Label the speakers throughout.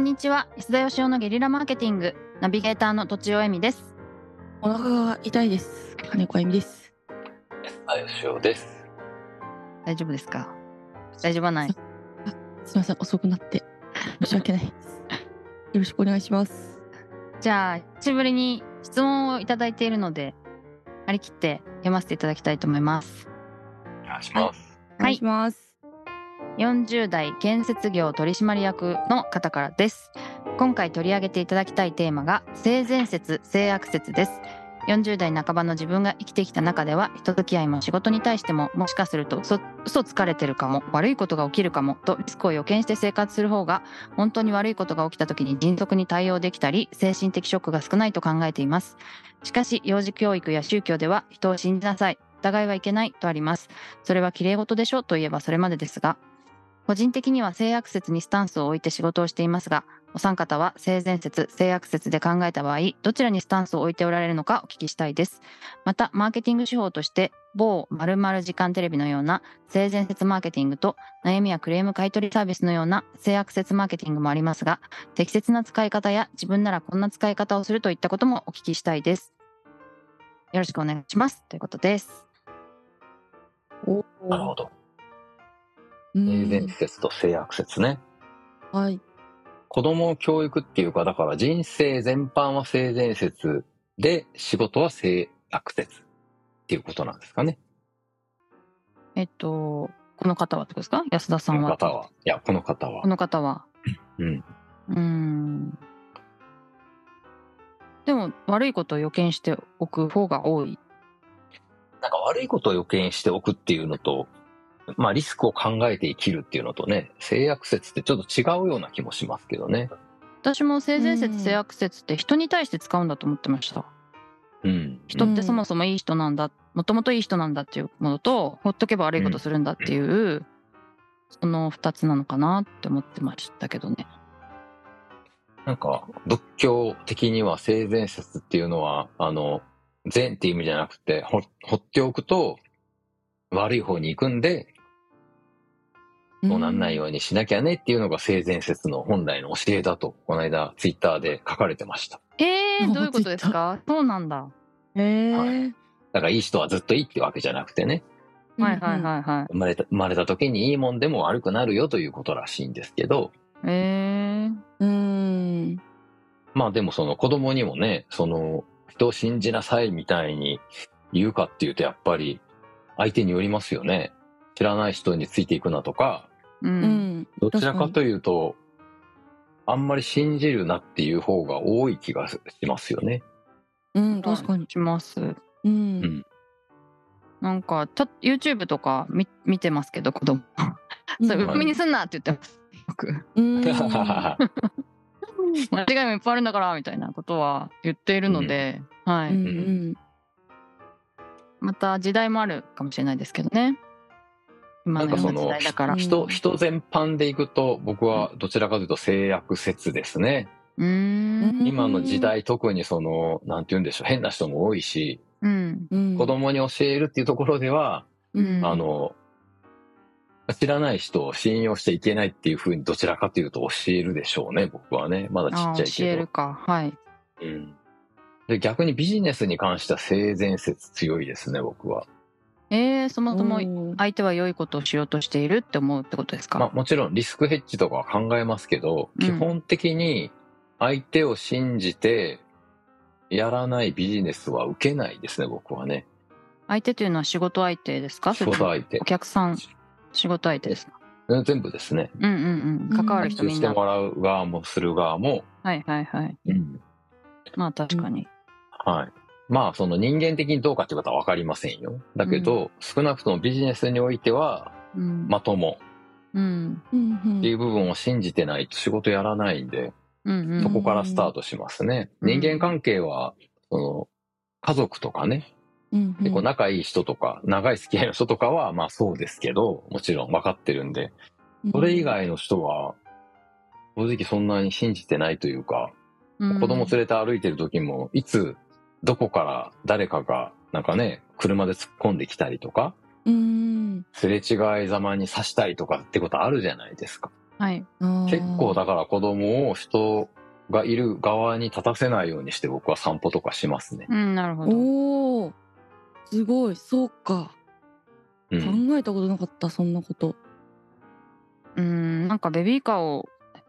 Speaker 1: にちは安田義雄のゲリラマーケティングナビゲーターの土地尾恵美です
Speaker 2: お腹が痛いです。金子あゆみです。
Speaker 3: はい、塩です。
Speaker 1: 大丈夫ですか大丈夫はない
Speaker 2: すみません、遅くなって。申し訳ないです。よろしくお願いします。
Speaker 1: じゃあ久しぶりに質問をいただいているので張り切って読ませていただきたいと思います
Speaker 3: お願いします。
Speaker 2: お願いします。
Speaker 1: 40代建設業取締役の方からです今回取り上げていただきたいテーマが性善説性悪説です40代半ばの自分が生きてきた中では人付き合いも仕事に対してももしかすると嘘嘘つかれてるかも悪いことが起きるかもとリスクを予見して生活する方が本当に悪いことが起きた時に迅速に対応できたり精神的ショックが少ないと考えていますしかし幼児教育や宗教では人を信じなさい疑いはいけないとありますそれはきれい事でしょといえばそれまでですが個人的には性悪説にスタンスを置いて仕事をしていますがお三方は性善説性悪説で考えた場合どちらにスタンスを置いておられるのかお聞きしたいですまたマーケティング手法として某〇〇時間テレビのような性善説マーケティングと悩みやクレーム買取サービスのような性悪説マーケティングもありますが適切な使い方や自分ならこんな使い方をするといったこともお聞きしたいですよろしくお願いしますということです
Speaker 2: お
Speaker 3: なるほど。
Speaker 2: う
Speaker 3: 性善
Speaker 2: ん、
Speaker 3: 説と性悪説ね。
Speaker 2: はい。
Speaker 3: 子供の教育っていうか、だから人生全般は性善説で、仕事は性悪説っていうことなんですかね。
Speaker 1: えっとこの方はってことですか安田さ
Speaker 3: こ
Speaker 1: ん
Speaker 3: の
Speaker 1: は
Speaker 3: 方は。いや、この方は
Speaker 1: こ。の方は
Speaker 3: うん。
Speaker 1: うーんでも悪いことを予見しておく方が多い。
Speaker 3: なんか悪いことを予見しておくっていうのと、まあリスクを考えて生きるっていうのとね、性悪説ってちょっと違うような気もしますけどね。
Speaker 1: 私も性善
Speaker 2: う
Speaker 1: 説
Speaker 2: ん
Speaker 1: 性悪説って人に対して使うんだと思ってました。
Speaker 3: うん。
Speaker 1: 人ってそもそもいい人なんだ、もともといい人なんだっていうものと、ほっとけば悪いことするんだっていう、その二つなのかなって思ってましたけどね。
Speaker 3: なんか、仏教的には性善説っていうのは、あの、善って意味じゃなくて、ほ、ほっておくと、悪い方に行くんで、
Speaker 2: ど
Speaker 3: そうなんないようにしなきゃねっていうのが性善説の本来の教えだと、この間ツイッターで書かれてました。
Speaker 1: えー、
Speaker 2: もう
Speaker 1: どういうことですかそうなんだ。
Speaker 2: へえ。
Speaker 3: だからいい人はずっといいってわけじゃなくてね、
Speaker 1: はいはいはいはい。
Speaker 3: 生まれた、生まれた時にいいもんでも悪くなるよということらしいんですけど、
Speaker 1: えー、
Speaker 2: い。うん。
Speaker 3: まあでもその子供にもね、その人を信じなさいみたいに言うかっていうとやっぱり相手によりますよね。知らない人についていくなとか、
Speaker 1: う。
Speaker 2: うんん。
Speaker 3: どちらかというと、あんまり信じるなっていう方が多い気がしますよね。
Speaker 2: うん、確かに。
Speaker 1: します。
Speaker 2: う
Speaker 3: うん
Speaker 2: ん。
Speaker 1: なんか、ちょっと YouTube とか見見てますけど、子供。そう、鵜
Speaker 3: ん
Speaker 1: 呑みにすんなって言ってます。よく。
Speaker 2: うん。
Speaker 1: 間違いもいっぱいあるんだからみたいなことは言っているので、はい、
Speaker 2: うんうん
Speaker 1: また時代もあるかもしれないですけどね今のような時代だから
Speaker 2: なんか
Speaker 3: 人、人全般でいくと僕はどちらかというと制約説ですね。
Speaker 1: うーん
Speaker 3: 今の時代特にその、なんて言うんでしょう、変な人も多いし、
Speaker 1: うん
Speaker 2: うん。
Speaker 3: 子供に教えるっていうところでは、
Speaker 2: うん。
Speaker 3: あの、知らない人を信用していけないっていうふうにどちらかというと教えるでしょうね、僕はね。まだ
Speaker 1: あ
Speaker 3: ち
Speaker 1: ー
Speaker 3: っち
Speaker 1: 教
Speaker 3: ゃ
Speaker 1: え
Speaker 3: い
Speaker 1: る
Speaker 3: け
Speaker 1: かはい
Speaker 3: ど。うん、で逆にビジネスに関しては性善説強いですね、僕は。
Speaker 1: えー、そもそも
Speaker 2: うん
Speaker 1: 相手は良いことをしようとしているって思うってことですか、
Speaker 3: まあもちろんリスクヘッジとかは考えますけど、
Speaker 1: うん
Speaker 3: 基本的に相手を信じてやらないビジネスは受けないですね、僕はね。
Speaker 1: 相手というのは仕事相手ですかそ
Speaker 3: 仕
Speaker 1: れ
Speaker 3: 事
Speaker 1: とも
Speaker 3: 相手
Speaker 1: お。客さん仕事相手ですか
Speaker 3: うん全部ですね。
Speaker 1: うんうんうん関わる
Speaker 2: うん
Speaker 1: 人み
Speaker 3: し
Speaker 1: ん
Speaker 3: て
Speaker 1: な
Speaker 3: もらう側もする側も、
Speaker 1: はいはいはい
Speaker 3: うん
Speaker 1: まあ確かに、
Speaker 3: はい。まあ、その人間的にどうかってことは分かりませんよ。だけど、少なくともビジネスにおいては、
Speaker 1: うん
Speaker 3: まとも
Speaker 1: うん
Speaker 2: うんうん
Speaker 3: っていう部分を信じてないと仕事やらないんで、
Speaker 1: うんうん
Speaker 3: そこからスタートしますね。
Speaker 1: うん
Speaker 3: 人間関係は、その、家族とかね、
Speaker 2: うんうん
Speaker 3: 結構仲いい人とか、長い付き合いの人とかは、まあそうですけど、もちろん分かってるんで、それ以外の人は、正直そんなに信じてないというか、
Speaker 1: うん
Speaker 3: 子供連れて歩いてる時も、いつ、どこから誰かが、なんかね、車で突っ込んできたりとか、
Speaker 2: うん。
Speaker 3: すれ違いざまに刺したりとかってことあるじゃないですか。
Speaker 1: はい。
Speaker 3: 結構
Speaker 2: だ。
Speaker 3: だから子供を人がいる側に立たせないようにして僕は散歩とかしますね。
Speaker 1: うん、なるほど。
Speaker 2: おお。すごい、そうか。
Speaker 3: う
Speaker 2: 考
Speaker 3: ん、
Speaker 2: えたことなかった、そんなこと。
Speaker 1: うん、なんかベビーカーを、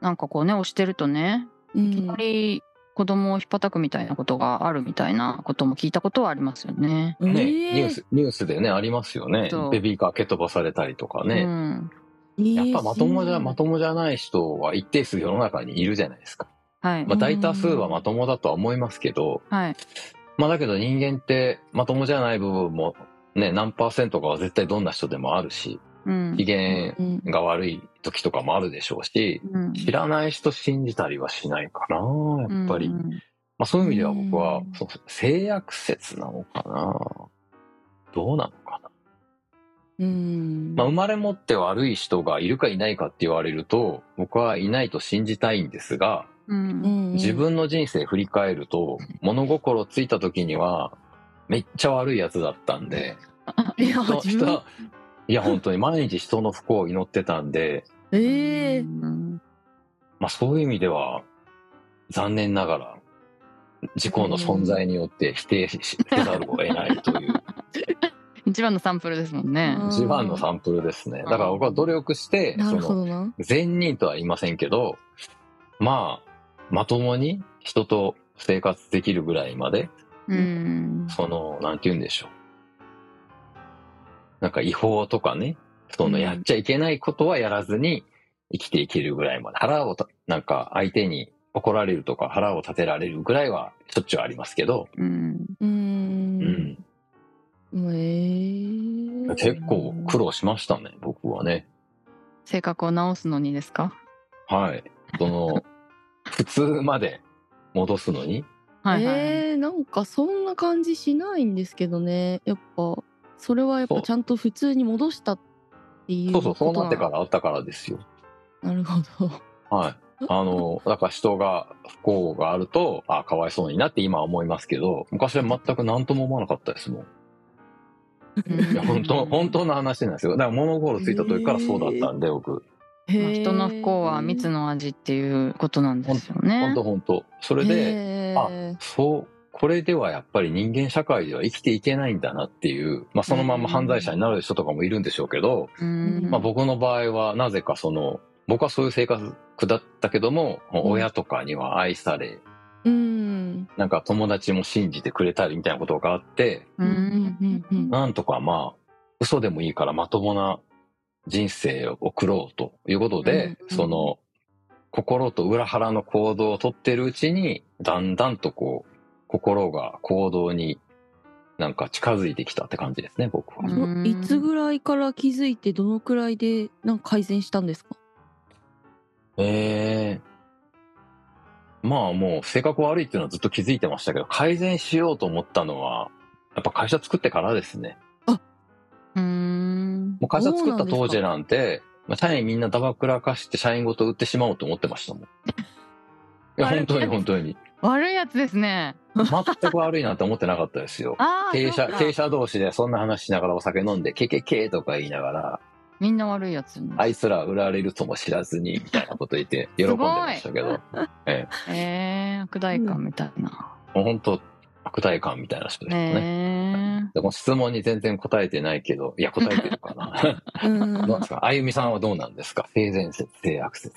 Speaker 1: なんかこうね、押してるとね、
Speaker 2: う
Speaker 1: いき
Speaker 2: ん
Speaker 1: な。り子供をひっぱたくみたいなことがあるみたいなことも聞いたことはありますよね。
Speaker 2: え
Speaker 3: ね、
Speaker 2: ー
Speaker 3: ニュースニュースでねありますよね
Speaker 1: そう
Speaker 3: ベビーカー蹴飛ばされたりとか
Speaker 1: う
Speaker 3: ね、
Speaker 1: ん。
Speaker 3: やっぱまともじゃま
Speaker 2: と
Speaker 3: ともじゃない人は一定数世の中にいるじゃないですか、
Speaker 1: はい
Speaker 3: ま。あ、大多数はまともだとは思いますけど、
Speaker 1: はい。
Speaker 3: まあ、だけど人間ってまともじゃない部分もね何パーセントかは絶対どんな人でもあるし
Speaker 1: うん
Speaker 3: 機。嫌
Speaker 2: うん。
Speaker 3: が悪い時とかもあるでしょうし
Speaker 1: うん
Speaker 3: 知らない人信じたりはしないかなやっぱり、
Speaker 1: う
Speaker 3: ま
Speaker 1: ん
Speaker 3: あ、そういう意味では僕は
Speaker 2: うん
Speaker 3: そう性悪説なのかなどうなのかな
Speaker 2: うん。
Speaker 3: まあ、生まれ持って悪い人がいるかいないかって言われると僕はいないと信じたいんですが
Speaker 1: うん
Speaker 2: うん
Speaker 3: 自。分の人生振り返ると物心ついた時にはめっちゃ悪いやつだったんで
Speaker 2: いや、
Speaker 3: 人
Speaker 2: 自分
Speaker 3: 人。いや本当に毎日人の不幸を祈ってたんで、
Speaker 2: ええ。
Speaker 3: まあ、そういう意味では残念ながら自己の存在によって否定ししせざるを得ないという
Speaker 1: 一番のサンプルですもんね。
Speaker 3: 一番のサンプルですねだから僕は努力して
Speaker 2: な
Speaker 3: そ
Speaker 2: るほ
Speaker 3: の
Speaker 2: どな。
Speaker 3: 善人とは言いませんけど、まあ、まともに人と生活できるぐらいまで、
Speaker 1: うん。
Speaker 3: その、なんて言うんでしょう。なんか違法とかね、その
Speaker 2: うん
Speaker 3: やっちゃいけないことはやらずに生きていけるぐらいまで、腹をた、なんか相手に怒られるとか腹を立てられるぐらいはしょっちゅうありますけど、
Speaker 1: うん。
Speaker 2: う。
Speaker 3: うんん。
Speaker 2: ええ。
Speaker 3: 結構苦労しましたね、僕はね。
Speaker 1: 性格を直すのにですか
Speaker 3: はい。その、普通まで戻すのに、
Speaker 1: はいはい。
Speaker 2: えー、なんかそんな感じしないんですけどねやっぱそれはやっ
Speaker 3: そ
Speaker 2: ぱ
Speaker 3: う
Speaker 2: ちゃんと普通に戻したっていうこ
Speaker 3: そうそう、
Speaker 2: と
Speaker 3: そう
Speaker 2: な
Speaker 3: なってかららあったからですよ。
Speaker 2: なるほど
Speaker 3: はい。あの、だから人が不幸があると、あかわいそうになって今は思いますけど、昔は全く何とも思わなかったですもん。いや、本当、本当の話なんですよ。だから物心ついた時からそうだったんで、僕。
Speaker 1: まあ人の不幸は蜜
Speaker 2: の
Speaker 1: の味っていうことなんですよね。
Speaker 3: 本当本当。それで、そう、これではやっぱり人間社会では生きていけないんだなっていう、まあそのまんま犯罪者になる人とかもいるんでしょうけど、
Speaker 1: うん
Speaker 3: まあ、僕の場合はなぜかその僕はそういう生活だったけども親とかには愛され
Speaker 2: うん
Speaker 3: なんか友達も信じてくれたりみたいなことがあって
Speaker 1: う
Speaker 2: うん
Speaker 1: ん
Speaker 2: うんうん
Speaker 3: なんとかまあ嘘でもいいからまともな人生を送ろうということで、
Speaker 2: うん
Speaker 3: その心と裏腹の行動をとってるうちにだんだんとこう心が行動になんか近づいてきたって感じですね僕は。
Speaker 1: うん
Speaker 2: うんいつぐらいから気づいてどのくらいでなんか改善したん ですか
Speaker 3: ええまあもう性格悪いっていうのはずっと気づいてましたけど、改善しようと思ったのは、やっぱ会社作ってからですね。
Speaker 1: うん
Speaker 3: もう会社作った当時なんて、まあ、社員みんなダバくらかして社員ごと売ってしまおうと思ってましたもん。いや、
Speaker 1: 悪い
Speaker 3: 本当に本当に。
Speaker 1: 悪いやつですね。。
Speaker 3: 全く悪いなんて思ってなかったですよ
Speaker 1: ああ、
Speaker 3: 経営者
Speaker 1: そう、か
Speaker 3: 経営者同士でそんな話しながらお酒飲んで、けけけとか言いながら、
Speaker 1: みんな悪いやつ。
Speaker 3: あいつら売られるとも知らずに、みたいなこと言って喜んでましたけど、
Speaker 1: ええ悪代官みたいな。
Speaker 3: もう本当、悪態感みたいな人でしたね。
Speaker 1: ね
Speaker 3: でも質問に全然答えてないけど、いや、答えてるかな。
Speaker 2: うん
Speaker 3: どうなんですかあゆみさんはどうなんですか 性善説、性悪説。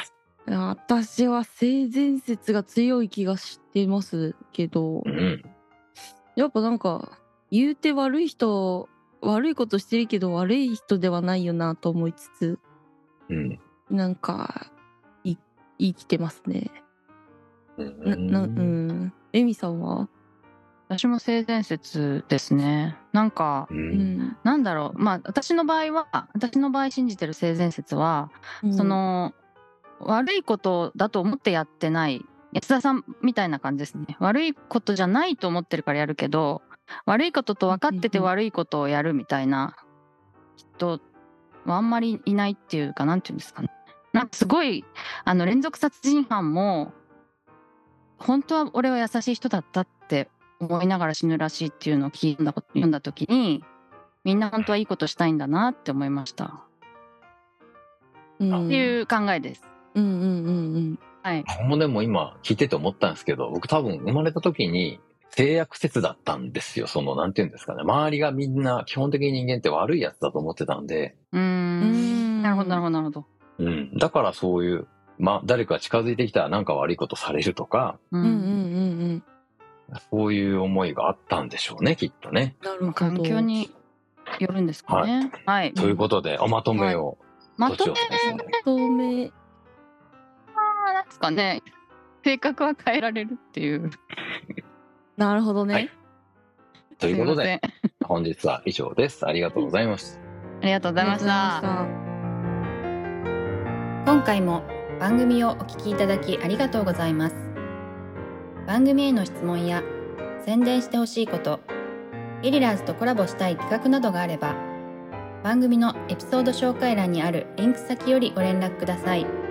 Speaker 2: 私は性善説が強い気がしてますけど
Speaker 3: うん。
Speaker 2: やっぱなんか言うて悪い人悪いことしてるけど悪い人ではないよなと思いつつ
Speaker 3: うん。
Speaker 2: なんかい生きてますね。
Speaker 3: う。
Speaker 2: ななうんん。エミさんは、
Speaker 1: 私も性善説ですね。なんか、
Speaker 3: う。
Speaker 2: うんん
Speaker 1: なんだろう。まあ、私の場合は、私の場合信じてる性善説は、その悪いことだと思ってやってない安田さんみたいな感じですね悪いことじゃないと思ってるからやるけど悪いことと分かってて
Speaker 2: うんうん
Speaker 1: 悪いことをやるみたいな人はあんまりいないっていうかなんていうんですかねなんかすごいあの連続殺人犯も本当は俺は優しい人だったって思いながら死ぬらしいっていうのを聞いたこと読んだ時にみんな本当はいいことしたいんだなって思いました
Speaker 2: うん、
Speaker 1: っていう考えです。
Speaker 2: うんうんうんうん。
Speaker 1: はい。
Speaker 3: 僕もでも今聞いてて思ったんですけど、僕多分生まれた時に性約説だったんですよ。その、なんていうんですかね。周りがみんな基本的に人間って悪いやつだと思ってたんで、
Speaker 1: うーん。なるほど、なるほど、なるほど。
Speaker 3: うん。だからそういう、まあ、誰か近づいてきたらなんか悪いことされるとか、
Speaker 1: う
Speaker 2: うんうんうんうん。
Speaker 3: そういう思いがあったんでしょうね、きっとね。
Speaker 2: なるほど。
Speaker 1: 環境によるんですかね。はい。
Speaker 3: ということで、おまとめを。
Speaker 1: まとめ
Speaker 3: どっちを示すの
Speaker 2: 透明。
Speaker 1: はなんですかね。性格は変えられるっていう。
Speaker 2: なるほどね。
Speaker 3: はいということ
Speaker 1: すい
Speaker 3: で、
Speaker 1: ません
Speaker 3: 本日は以上です。ありがとうございました。
Speaker 1: ありがとうございまし
Speaker 2: ありが
Speaker 1: た
Speaker 2: とうご。ざいました。
Speaker 1: 今回も番組をお聞きいただきありがとうございます番組への質問や宣伝してほしいことゲリラーズとコラボしたい企画などがあれば番組のエピソード紹介欄にあるリンク先よりご連絡ください